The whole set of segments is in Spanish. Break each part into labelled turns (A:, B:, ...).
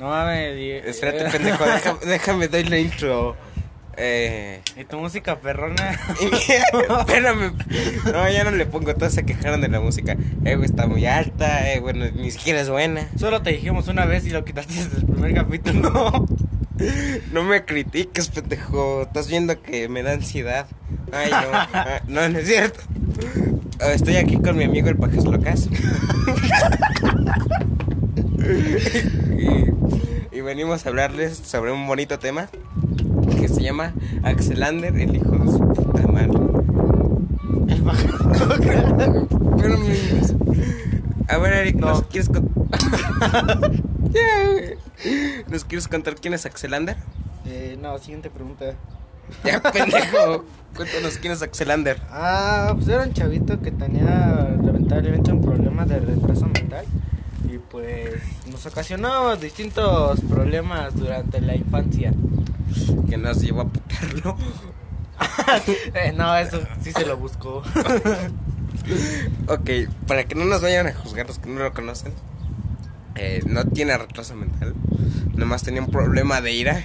A: No mames. y-
B: Espérate,
A: eh,
B: pendejo, déjame, déjame doy la intro. Eh.
A: ¿Y tu música perrona?
B: Espérame. No, ya no le pongo. Todos se quejaron de la música. Eh, güey, está muy alta. Eh, bueno, ni siquiera es buena.
A: Solo te dijimos una vez y lo quitaste desde el primer capítulo.
B: No. No me critiques, pendejo. Estás viendo que me da ansiedad. Ay, no. Ah, No, no es cierto. Ah, Estoy aquí con mi amigo el Pajas Locas. y, y venimos a hablarles sobre un bonito tema que se llama Axelander, el hijo de su puta madre.
A: El
B: Pero me- A ver, Eric,
A: No.
B: ¿nos quieres contar? ¿Nos quieres contar quién es Axelander?
A: Eh, no, siguiente pregunta.
B: Ya, pendejo. Cuéntanos quién es Axelander.
A: Ah, pues era un chavito que tenía lamentablemente un problema de retraso mental y pues nos ocasionó distintos problemas durante la infancia.
B: Que nos llevó a putarlo.
A: Eh, no, eso sí se lo buscó.
B: Ok, para que no nos vayan a juzgar los que no lo conocen. eh, no tiene retraso mental. Nomás tenía un problema de ira.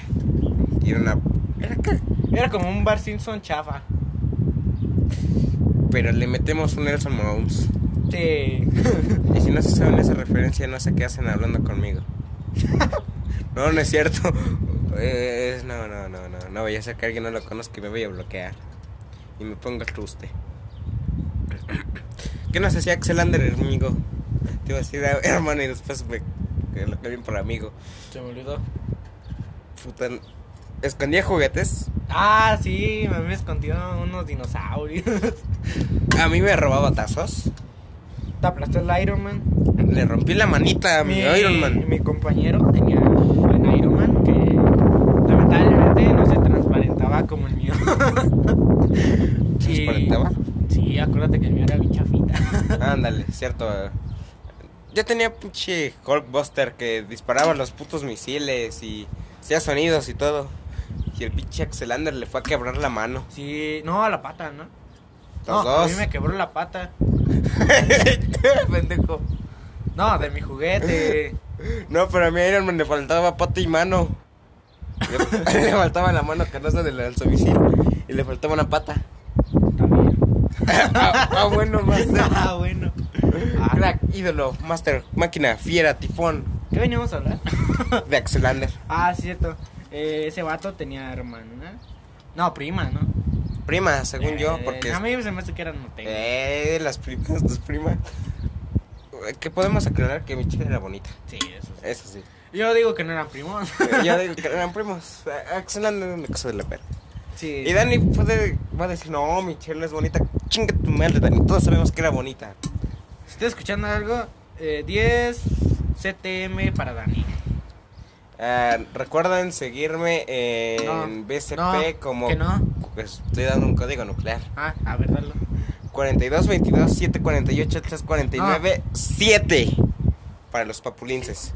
B: Y era una... era que-
A: Era como un Bar Simpson chafa.
B: Pero le metemos un Nelson Mouse.
A: Sí.
B: Y si no se saben esa referencia, no sé qué hacen hablando conmigo. No, no es cierto. Eh, es- no, no, no, no. No voy a ser que alguien no lo conozca y me voy a bloquear. Y me pongo truste. ¿Qué nos hacía Axel Ander, amigo? Te iba a decir ah, hermano y después me que lo cambié por amigo.
A: Se me olvidó.
B: Puta, Escondía juguetes.
A: Ah, sí, me había escondido unos dinosaurios.
B: A mí me robaba tazos.
A: Te aplastó el Iron Man.
B: Le rompí la manita a Ah, mi Iron Man.
A: Mi compañero tenía un Iron Man que lamentablemente no se transparentaba como el mío.
B: ¿Transparentaba?
A: Sí, acuérdate que el mío era bien chafita.
B: Ándale, cierto. Yo tenía pinche Hulkbuster que disparaba los putos misiles y hacía sonidos y todo. Y el pinche Axelander le fue a quebrar la mano.
A: Sí, no, la pata, ¿no?
B: Los
A: no, a
B: dos.
A: mí me quebró la pata. Pendejo. No, de mi juguete.
B: No, pero a mí a Iron Man le faltaba pata y mano. Le, le faltaba la mano que no es la del lanzamisil. Y le faltaba una pata.
A: Está bien.
B: ah, ah, bueno, Master.
A: Ah, bueno. Ah,
B: Crack, ídolo, Master, máquina, fiera, tifón
A: ¿Qué veníamos a hablar?
B: de Axelander.
A: ah, cierto. Eh, ese vato tenía hermana. No, prima, ¿no?
B: Prima, según yo,
A: Eh,
B: porque...
A: A mí se me hace que eran no tengo.
B: Eh, las primas, tus primas. Que podemos aclarar que mi chile era bonita.
A: Sí, eso sí.
B: Eso sí.
A: Yo digo que no eran primos.
B: Yo digo que eran primos. A- Axel anda en el caso de la perra.
A: sí.
B: Y Dani puede, va a decir, no, mi chile es bonita. Chinga tu madre, Dani. Todos sabemos que era bonita.
A: Si está escuchando algo, eh, 10 CTM para Dani.
B: Ah, recuerden seguirme en
A: No,
B: BCP
A: no,
B: como...
A: que no.
B: Pues, estoy dando un código nuclear.
A: Ah, a ver, dalo.
B: 42, 22, 7, 48, 3, 49, 7. Para los papulinces.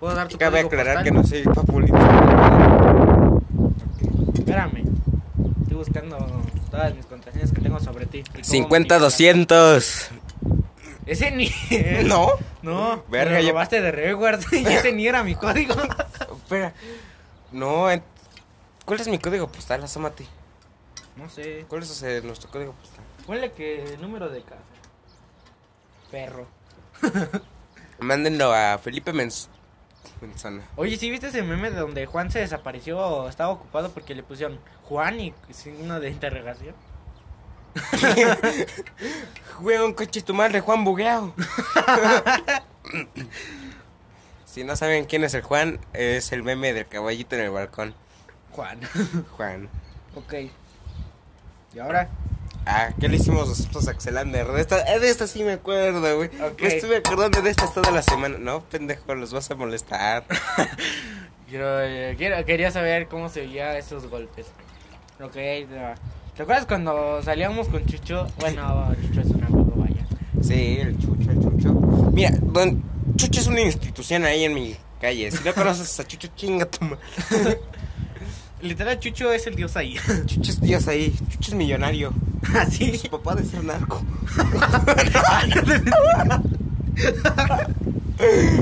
A: ¿Puedo dar tu
B: Cabe
A: código postal?
B: aclarar que no soy papulito.
A: Espérame. Estoy buscando todas mis contraseñas que tengo sobre ti. y cómo
B: 50,
A: me-
B: 200.
A: Ese ni.
B: Eh, No.
A: No.
B: Verga,
A: me lo
B: yo-
A: robaste de reward y ese ni era mi código.
B: Espera. No, en- ¿cuál es mi código postal? Asómate.
A: No sé.
B: ¿Cuál es eh, nuestro código postal?
A: Ponle que el número de casa. Perro.
B: Mándenlo a Felipe Mens- Menzana.
A: Oye, ¿sí viste ese meme de donde Juan se desapareció? Estaba ocupado porque le pusieron Juan y signo de interrogación.
B: Juega un coche tu madre, Juan Bugueado. si no saben quién es el Juan, es el meme del caballito en el balcón.
A: Juan.
B: Juan.
A: ok. ¿Y ahora?
B: Ah, ¿qué le hicimos nosotros a Axelander? De esta, eh, de esta sí me acuerdo, güey.
A: Ok.
B: Me estuve acordando de estas toda la semana. No, pendejo, los vas a molestar.
A: Quiero, eh, quiero- quería saber cómo se oía esos golpes. Ok, ya. ¿te acuerdas cuando salíamos con Chucho? Bueno, Chucho es un amigo, vaya.
B: Sí, el chucho, el chucho. Mira, don Chucho es una institución ahí en mi calle. Si no conoces a Chucho, chinga tu madre.
A: Literal, Chucho es el dios ahí.
B: Chucho es Dios ahí. Chucho es millonario.
A: Así.
B: Su papá de ser narco.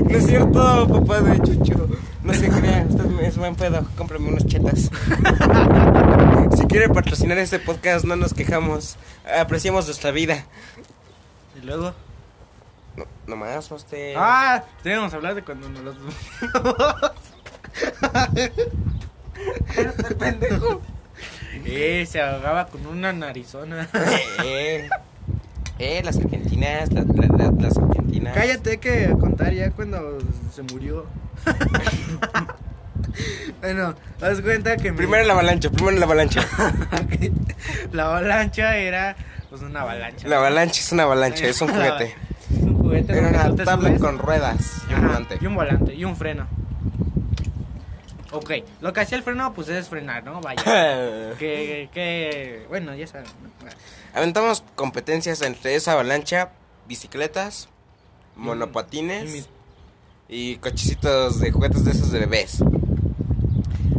B: No es cierto, papá de Chucho. No se crea, usted es buen pedo. Cómprame unas chetas. Si quiere patrocinar este podcast, no nos quejamos. Apreciamos nuestra vida.
A: Y luego.
B: No, nomás, usted.
A: Ah, teníamos que hablar de cuando nos los
B: pendejo.
A: Eh, se ahogaba con una narizona.
B: Eh, eh, las argentinas, las, las, las argentinas.
A: Cállate, hay que contar ya cuando se murió. bueno, haz cuenta que mi-
B: Primero la avalancha, primero la avalancha.
A: la avalancha era pues una avalancha.
B: La avalancha es una avalancha, es un
A: La-
B: juguete.
A: Es un juguete.
B: Era
A: donde tú
B: una
A: te pues.
B: tabla
A: subes.
B: con ruedas y un
A: Ajá,
B: volante.
A: Y un volante, y un freno. Ok, lo que hacía el freno pues es frenar, ¿no? Vaya. que, que, bueno, ya saben. ¿no?
B: Aventamos competencias entre esa avalancha, bicicletas, monopatines.
A: Y mi-
B: y cochecitos de juguetes de esos de bebés.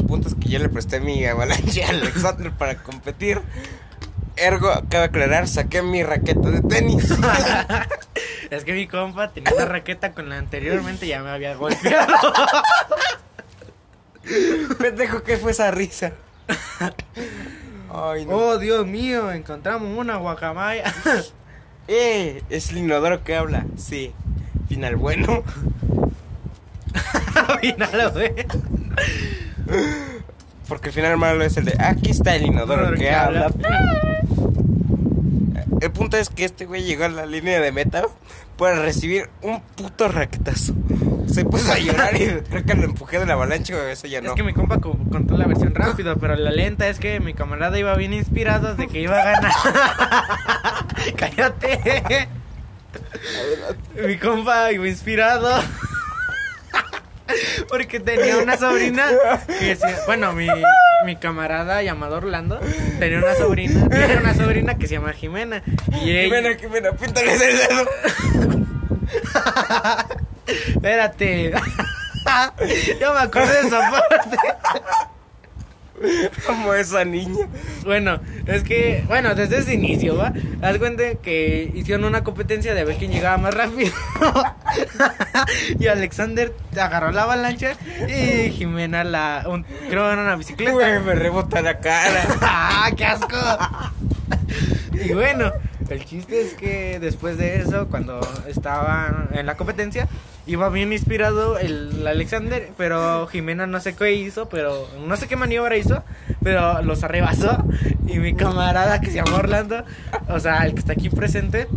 B: Puntos que yo le presté mi avalancha a Alexander para competir. Ergo, cabe aclarar, saqué mi raqueta de tenis.
A: Es que mi compa tenía una raqueta con la anteriormente y ya me había golpeado.
B: Pendejo, ¿qué fue esa risa? Ay, no.
A: oh, Dios mío, encontramos una guacamaya.
B: ¡Eh! Es el inodoro que habla. Sí. Final bueno.
A: Final, güey.
B: Porque el final malo es el de aquí está el inodoro que, habla. El punto es que este güey llegó a la línea de meta para recibir un puto raquetazo. Se puso a llorar y creo que lo empujé de la avalancha, güey, eso ya no.
A: Es que mi compa co- contó la versión rápido, pero la lenta es que mi camarada iba bien inspirado de que iba a ganar. Cállate. Mi compa iba inspirado. Porque tenía una sobrina que decía- bueno, mi, mi camarada llamado Orlando tenía una sobrina, tiene una sobrina que se llama Jimena y ella,
B: Jimena, Jimena, píntale ese dedo.
A: espérate. Yo me acuerdo de esa parte.
B: Como esa niña.
A: Bueno, es que, bueno, desde ese inicio, ¿va? Haz cuenta que hicieron una competencia de ver quién llegaba más rápido. y Alexander agarró la avalancha y Jimena la. un- creo que era una
B: Güey,
A: bicicleta.
B: me rebota la cara.
A: ¡Ah, qué asco! y bueno, el chiste es que después de eso, cuando estaban en la competencia, iba bien inspirado el Alexander, pero Jimena no sé qué hizo, pero no sé qué maniobra hizo, pero los arrebasó. Y mi camarada que se llama Orlando, o sea, el que está aquí presente,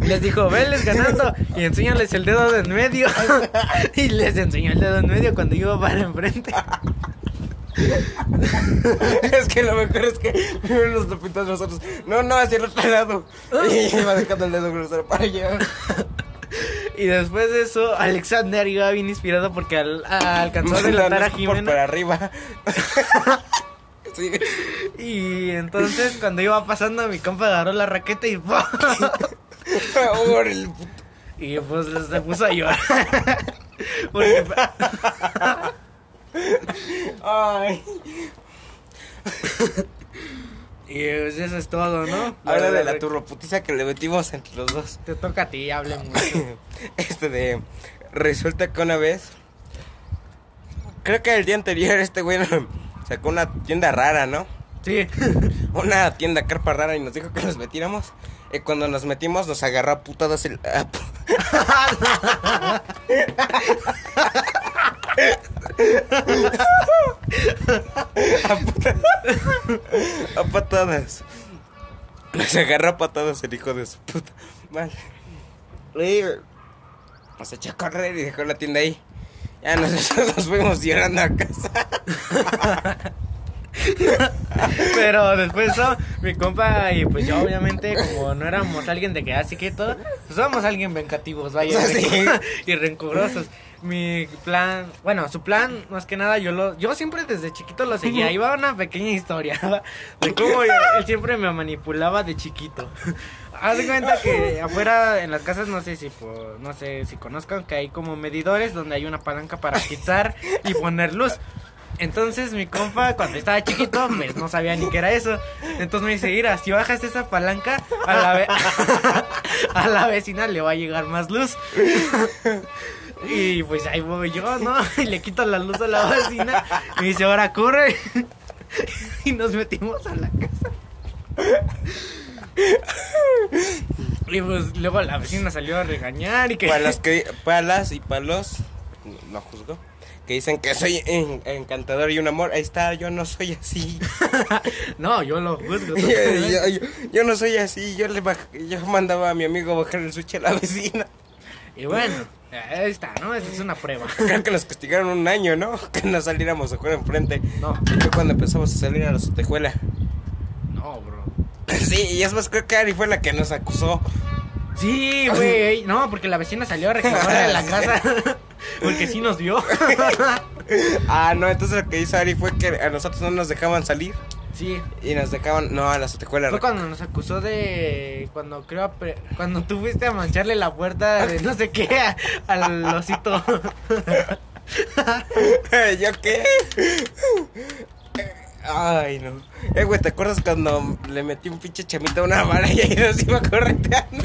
A: les dijo, venles ganando y enséñales el dedo de en medio. y les enseñó el dedo en medio cuando iba para enfrente.
B: es que lo mejor es que primero nos lo pintamos nosotros. No, no, hacia el otro lado.
A: Ah.
B: Y iba dejando el dedo grosero para allá.
A: Y después de eso, Alexander iba bien inspirado porque al- a- alcanzó a
B: Mandando
A: delatar a
B: por- Para
A: Jimena.
B: arriba. Sí.
A: Y entonces, cuando iba pasando, mi compa agarró la raqueta y ¡pum!
B: Por el puto
A: Y pues se puso a llorar. Porque-
B: Ay.
A: y pues, eso es todo, ¿no?
B: Habla de la turroputiza que le metimos entre los dos.
A: Te toca a ti, hable mucho.
B: Este de. Resulta que una vez. Creo que el día anterior este güey sacó una tienda rara, ¿no?
A: Sí.
B: Una tienda carpa rara y nos dijo que nos metiéramos. Y cuando nos metimos nos agarró a putadas el. a pu- A puta- a patadas. Nos agarró a patadas el hijo de su puta madre. Y nos echó a correr y dejó la tienda ahí. Ya nosotros nos fuimos llorando a casa.
A: Pero después de eso, mi compa y pues yo, obviamente, como no éramos alguien de quedarse quieto, pues somos alguien vengativos, vaya,
B: Sí.
A: y rencorosos. Mi plan, bueno, su plan, más que nada, yo lo, yo siempre desde chiquito lo seguía. Iba una pequeña historia ¿va? de cómo él siempre me manipulaba de chiquito. Haz de cuenta que afuera en las casas, no sé si por- no sé si conozcan que hay como medidores donde hay una palanca para quitar y poner luz. Entonces mi compa cuando estaba chiquito pues no sabía ni qué era eso. Entonces me dice, mira, si bajas esa palanca a la, ve- a la vecina le va a llegar más luz. Y pues ahí voy yo, ¿no? Y le quito la luz a la vecina. Y me dice, ahora corre. Y nos metimos a la casa. Y pues luego la vecina salió a regañar y que.
B: Para las, que, para las y para los. No juzgo. Que dicen que soy en- encantador y un amor. Ahí está, yo no soy así.
A: No, yo lo juzgo.
B: yo, yo- yo- yo no soy así. Yo le baj- yo mandaba a mi amigo bajar el switch a la vecina.
A: Y bueno, ahí está, ¿no? Esta es una prueba.
B: Creo que nos castigaron un año, ¿no? Que no saliéramos a jugar enfrente.
A: No,
B: Fue cuando empezamos a salir a la sotejuela.
A: no, bro.
B: Sí, y es más, creo que Ari fue la que nos acusó.
A: Sí, güey. No, porque la vecina salió a reclamar de la casa. Porque sí nos vio.
B: Ah, no, entonces lo que hizo Ari fue que a nosotros no nos dejaban salir.
A: Sí.
B: Y nos dejaban, no, a la sotejuela.
A: Fue cuando nos acusó de. Cuando creo. apre- Cuando tú fuiste a mancharle la puerta de no sé qué a- al osito.
B: ¿Yo qué? Ay, no. Eh, güey, ¿te acuerdas cuando le metí un pinche chamito a una vara y ahí nos iba correteando?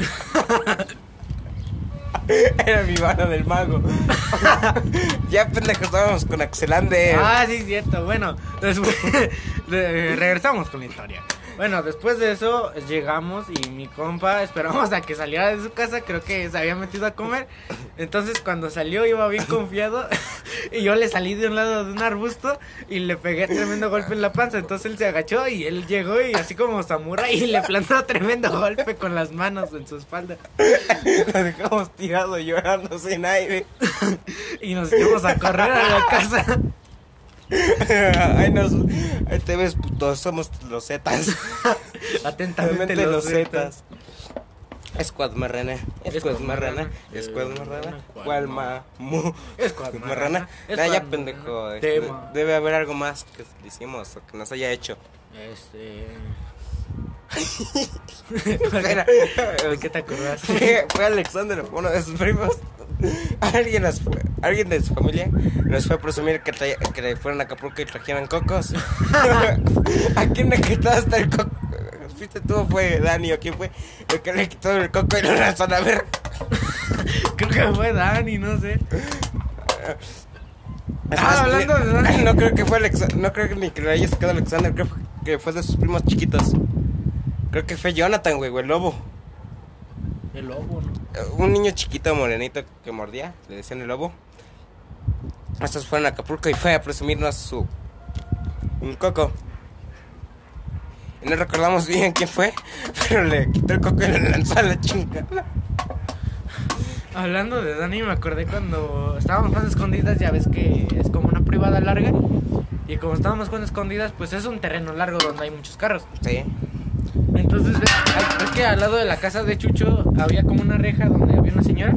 B: Era mi vara del mago. ya pendejo estábamos con Axelander.
A: Ah, sí, cierto. Bueno, después. de- regresamos con la historia. Bueno, después de eso llegamos y mi compa esperamos a que saliera de su casa, creo que se había metido a comer. Entonces cuando salió iba bien confiado y yo le salí de un lado de un arbusto y le pegué tremendo golpe en la panza. Entonces él se agachó y él llegó y así como samurái le plantó tremendo golpe con las manos en su espalda.
B: Lo dejamos tirado llorando sin aire.
A: Y nos fuimos a correr a la casa.
B: Ay, nos... Ahí te ves, puto. Somos los Zetas.
A: Atentamente
B: Realmente los
A: los
B: Zetas.
A: zetas.
B: Squad marrana. Squad
A: Squad marrana.
B: marrana. Squad
A: Eh,
B: marrana.
A: ¿cuál
B: ¿Cuál
A: ma-
B: mamu?
A: Es
B: Squad
A: cuadmarrana.
B: marrana.
A: Es
B: Nah, Ah, ya
A: cuadmarrana.
B: pendejo. este,
A: Tema.
B: Debe haber algo más que le hicimos o que nos haya hecho.
A: Este.
B: Espera.
A: ¿De qué te acordaste?
B: Fue fue Alexander, fue uno de sus primos. Alguien, nos fue- alguien de su familia nos fue a presumir que, traía- que le fueron a Acapulco y trajeran cocos. ¿A quién le quitó hasta el coco? ¿Fuiste tú o fue Dani o quién fue? El que le quitó el coco y lo lanzó a la verga.
A: Creo que fue Dani, no sé.
B: Es
A: Ah,
B: más,
A: hablando de Dani.
B: No creo que fue Alex- no creo que ni que lo haya sacado Alexander, creo que fue de sus primos chiquitos. Creo que fue Jonathan, güey, güey, el lobo.
A: El lobo, ¿no?
B: Eh, Un niño chiquito morenito que mordía, le decían el lobo. Estos fueron a Acapulco y fue a presumirnos su un coco. Y no recordamos bien quién fue, pero le quitó el coco y le lanzó a la chinga.
A: Hablando de Dani, me acordé cuando estábamos con escondidas, ya ves que es como una privada larga. Y como estábamos con escondidas, pues es un terreno largo donde hay muchos carros.
B: Sí.
A: Entonces, ves, ay, ves que al lado de la casa de Chucho había como una reja donde había una señora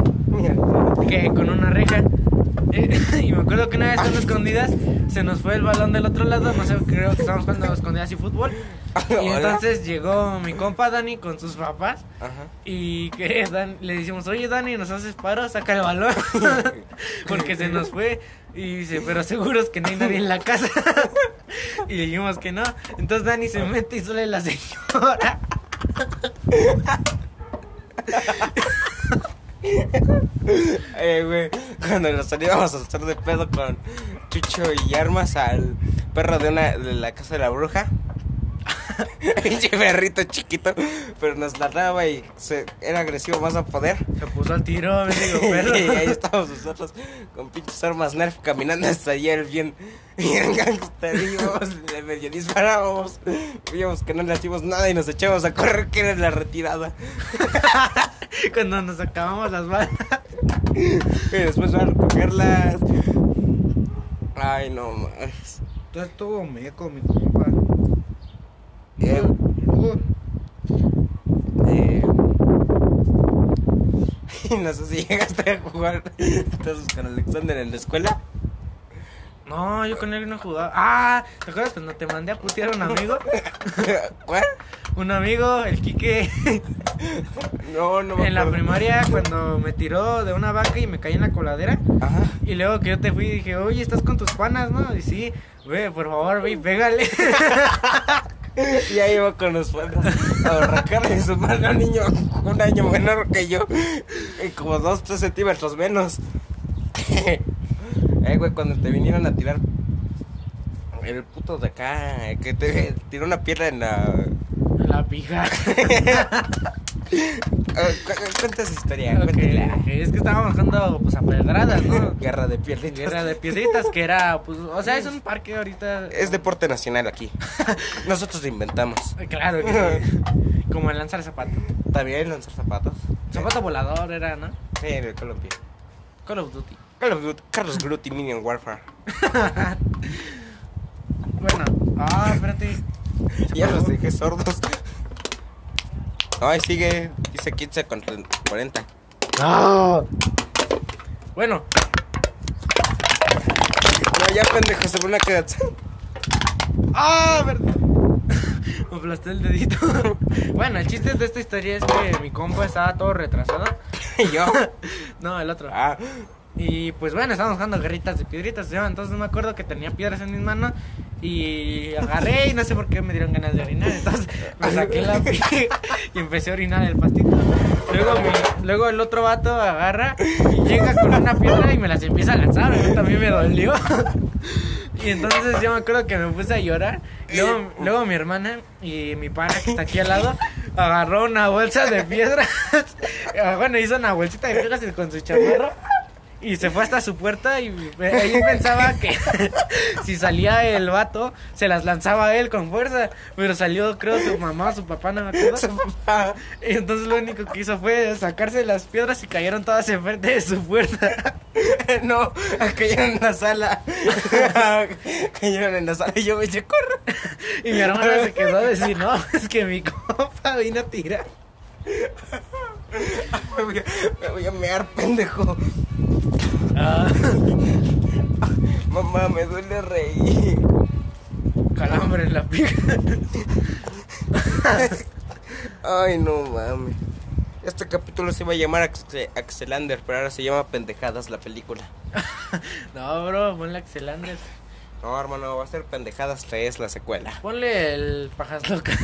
A: que con una reja. Eh, y me acuerdo que una vez estando escondidas se nos fue el balón del otro lado. No sé, creo que estábamos jugando escondidas y fútbol. Y
B: Hola.
A: entonces llegó mi compa Dani con sus papás.
B: Ajá.
A: Y que Dan- le decimos, oye Dani, nos haces paro, saca el balón. Porque se nos fue. Y dice, pero seguros que no hay nadie en la casa. y le dijimos que no. Entonces Dani se mete y sale la señora.
B: Eh, güey, cuando nos salíamos a hacer de pedo con Chucho y armas al perro de una de la casa de la bruja. Pinche perrito chiquito, pero nos largaba y se- era agresivo más a poder.
A: Se puso al tiro, me digo,
B: y
A: perro.
B: ahí estábamos nosotros con pinches armas nerf caminando hasta allá el bien, bien gangster. y íbamos, le medio disparábamos, veíamos que no le hacíamos nada y nos echábamos a correr que era la retirada.
A: Cuando nos acabamos las balas.
B: Y después van a recogerlas. Ay, no más.
A: Entonces estuvo meco, mi compa. uh,
B: Eh, eh. No sé si llegaste a jugar entonces con Alexander en la escuela.
A: No, yo con él no jugaba. Ah, ¿te acuerdas cuando te mandé a putear a un amigo?
B: ¿Cuál?
A: Un amigo, el Quique.
B: No, no me
A: en la
B: acuerdo.
A: primaria, cuando me tiró de una banca y me caí en la coladera.
B: Ajá.
A: Y luego que yo te fui y dije, oye, estás con tus panas, ¿no? Y sí, güey, por favor, ve y pégale.
B: Y ahí iba con los panas a arrancarle su mano a un niño un año menor que yo. Y como dos, tres centímetros menos. eh, güey, cuando te vinieron a tirar el puto de acá, eh, que te tiró una piedra en la.
A: La pija.
B: Ah, cu- cu- cuenta esa historia,
A: Ok,
B: cuéntela.
A: ok, Es que estábamos jugando pues a pedradas, ¿no?
B: Guerra de piernas.
A: Guerra de piedritas que era, pues, o sea, es un parque ahorita.
B: Es deporte nacional aquí. Nosotros lo inventamos.
A: Eh, Claro que sí. Como el lanzar zapato.
B: También lanzar zapatos.
A: Zapato volador era, ¿no?
B: Sí, en el Colombia.
A: Call of Duty.
B: Carlos Gru- Carlos Grutti Minion Warfare.
A: Bueno, ah, espérate. Se
B: Ya
A: apagó.
B: los dejé sordos. Ay, sigue. Dice 15 con 40.
A: Bueno,
B: No, ya pendejo, se pone una canción.
A: ¡Ah, verdad! Me aplasté el dedito. bueno, el chiste de esta historia es que mi compa estaba todo retrasado.
B: Y yo.
A: No, el otro.
B: Ah,
A: Y pues bueno, estábamos jugando guerritas de piedritas. Yo entonces me acuerdo que tenía piedras en mis manos. Y agarré y no sé por qué me dieron ganas de orinar. Entonces me saqué la pija y empecé a orinar el pastito. Luego, mi- luego el otro vato agarra y llega con una piedra y me las empieza a lanzar. A mí también me dolió. Y entonces yo me acuerdo que me puse a llorar. Luego, luego mi hermana y mi pana que está aquí al lado agarró una bolsa de piedras. Ah, bueno, hizo una bolsita de piedras con su chaparro. Y se fue hasta su puerta y ahí pensaba que si salía el vato, se las lanzaba a él con fuerza. Pero salió, creo, su mamá o su papá, no me acuerdo.
B: su papá.
A: Y entonces lo único que hizo fue sacarse las piedras y cayeron todas enfrente de su puerta.
B: No, cayeron en la sala. cayeron en la sala y yo me dije, corre.
A: Y mi hermana se quedó a decir, no, es que mi copa vino a tirar.
B: Me voy, a, me voy a mear, pendejo.
A: Ah,
B: Mamá, me duele reír.
A: calambre en la pija.
B: Ay, no mames. Este capítulo se iba a llamar Axe- Axelander, pero ahora se llama Pendejadas la película.
A: No, bro, ponle Axel Anders.
B: No, hermano, va a ser Pendejadas 3 la secuela.
A: Ponle el pajas locas.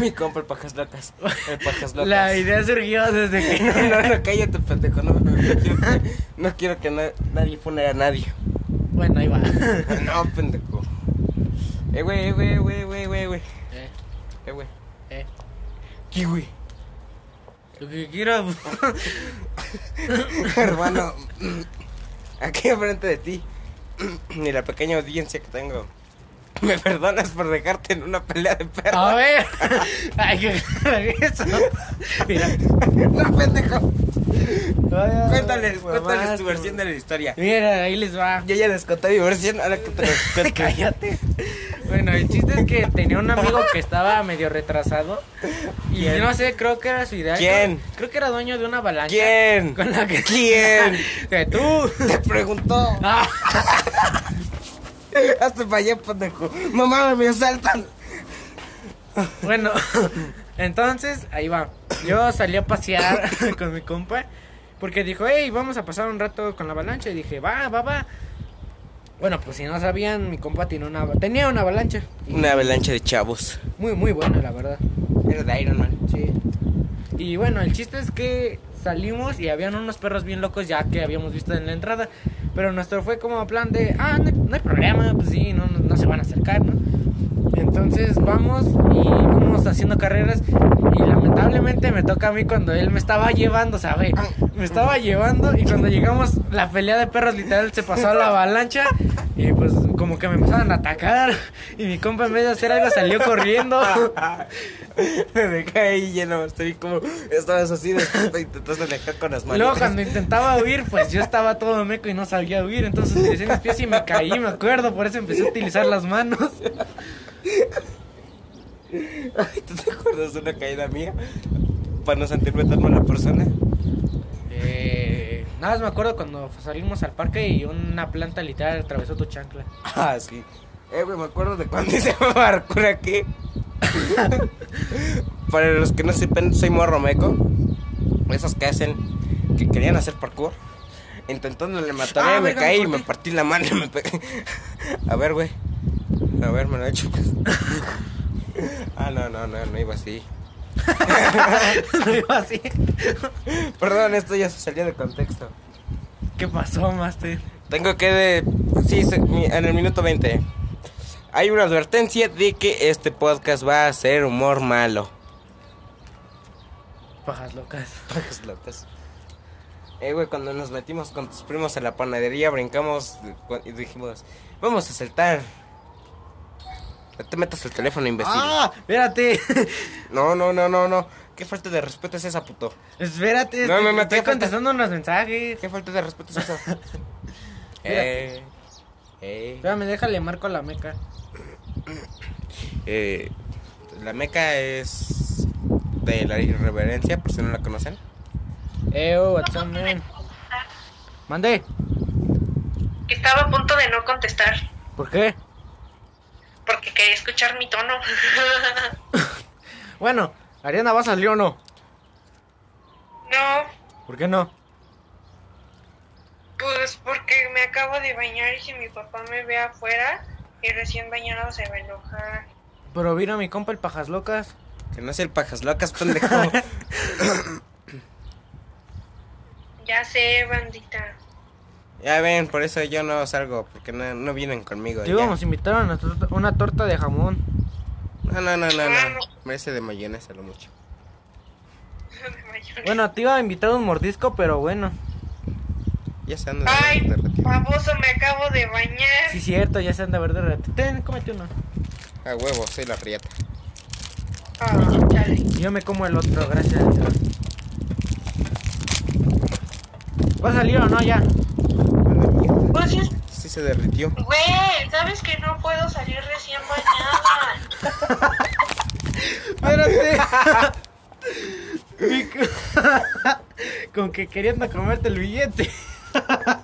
B: Mi compa el Pajas Locas. El Pajas Locas.
A: La idea surgió desde
B: No,
A: que...
B: no, no, cállate, pendejo. No, no, quiero, que- no quiero que na- nadie pone a nadie.
A: Bueno, ahí va.
B: No, pendejo. Eh, güey, eh, güey, güey, güey, güey, güey.
A: Eh,
B: Eh, güey.
A: eh.
B: Kiwi.
A: Lo que quiero.
B: Hermano, aquí enfrente de ti y la pequeña audiencia que tengo, ¿me perdonas por dejarte en una pelea de
A: A
B: perros?
A: ver. Ay, que eso. Mira.
B: No, pendejo.
A: Cuéntales,
B: Cuéntales, cuéntales tu versión de la historia.
A: Mira, ahí les va.
B: Yo ya les conté mi versión, ahora que te los cuento.
A: Cállate. Pues, Bueno, el chiste es que tenía un amigo que estaba medio retrasado. Y
B: ¿Quién?
A: no sé, creo que era su idea.
B: ¿Quién?
A: Creo, creo que era dueño de una avalancha.
B: ¿Quién?
A: Con la que.
B: ¿Quién?
A: Que tú.
B: Te preguntó.
A: Ah,
B: Hazte para allá, pendejo. Mamá, me asaltan.
A: bueno, entonces, ahí va. Yo salí a pasear con mi compa. Porque dijo, hey, vamos a pasar un rato con la avalancha. Y dije, va, va, va. Bueno, pues si no sabían, mi compa tenía una, tenía una avalancha.
B: Una avalancha de chavos.
A: Muy, muy buena, la verdad.
B: Era de Iron Man.
A: Sí. Y bueno, el chiste es que salimos y habían unos perros bien locos ya que habíamos visto en la entrada. Pero nuestro fue como plan de, ah, no hay, no hay problema, pues sí, no, no, no se van a acercar, ¿no? Entonces vamos y vamos haciendo carreras y lamentablemente me toca a mí cuando él me estaba llevando, ¿sabe? Me estaba llevando y cuando llegamos la pelea de perros literal se pasó a la avalancha y pues como que me empezaron a atacar y mi compa en vez de hacer algo salió corriendo.
B: Me dejé ahí lleno, estoy como. Estabas así, después te intentaste alejar con las manos.
A: Luego cuando intentaba huir, pues yo estaba todo meco y no sabía huir, entonces utilicé mis pies y me caí, me acuerdo, por eso empecé a utilizar las manos.
B: Ay, ¿Tú te acuerdas de una caída mía? Para no sentirme tan mala persona.
A: Eh, nada más me acuerdo cuando salimos al parque y una planta literal atravesó tu chancla.
B: Ah, sí. Eh, güey, me acuerdo de cuando hice parkour aquí. Para los que no sepan, soy morro meco. Esos que hacen, que querían hacer parkour. Intentando le matar,
A: Ah,
B: eh, me
A: verga,
B: caí
A: me
B: y me
A: corté.
B: partí la mano. y me pegué. A ver, güey. A ver, me lo he hecho. pues. ah, no, no, no, no iba así.
A: Lo digo así.
B: Perdón, esto ya se salió de contexto.
A: ¿Qué pasó, Master?
B: Tengo que... de- Sí, se- mi- en el minuto 20. Hay una advertencia de que este podcast va a ser humor malo.
A: Pajas locas.
B: Pajas locas. Eh, güey, cuando nos metimos con tus primos en la panadería, brincamos de- cu- y dijimos, vamos a saltar. No te metas el teléfono, imbécil.
A: ¡Ah! Espérate.
B: No, no, no, no, no. ¿Qué falta de respeto es esa, puto?
A: Espérate.
B: No,
A: estoy-
B: me metí
A: estoy
B: a falta-
A: contestando unos mensajes.
B: ¿Qué falta de respeto es esa? eh, eh,
A: Espérame, déjale marco a la meca.
B: eh, la meca es de la irreverencia, por si no la conocen.
A: Eh, oh, what's up, man? Mande.
C: Que Estaba a punto de no contestar
A: ¿Por qué?
C: porque quería escuchar mi tono.
A: Bueno, Ariana va a salir o no.
C: no,
A: ¿Por qué no?
C: pues porque me acabo de bañar y si mi papá me ve afuera y recién bañado se va a enojar.
A: Pero vino mi compa el Pajas Locas.
B: Que no es el pajas locas, pendejo.
C: Ya sé, bandita.
B: ya ven, por eso yo no salgo, porque no, no vienen conmigo.
A: Te
B: ya.
A: íbamos a invitar a una torta, una torta de jamón.
B: No, no, no, no, no. Merece de mayonesa lo mucho.
C: De mayonesa.
A: Bueno, te iba a invitar un mordisco, pero bueno.
B: Ya se anda
C: Ay,
B: de derretido.
C: baboso, me acabo de bañar.
A: Sí, cierto, ya se anda verde rato. Ten, cómete uno.
B: A huevo, soy la riata.
C: Ah, chale.
A: Y Yo me como el otro, gracias a Dios. ¿Va a salir o no ya?
C: Pues sí,
B: Sí se derritió.
C: güey, ¿sabes que no puedo salir recién bañada?
A: Espérate. Mi co- Con que queriendo comerte el billete.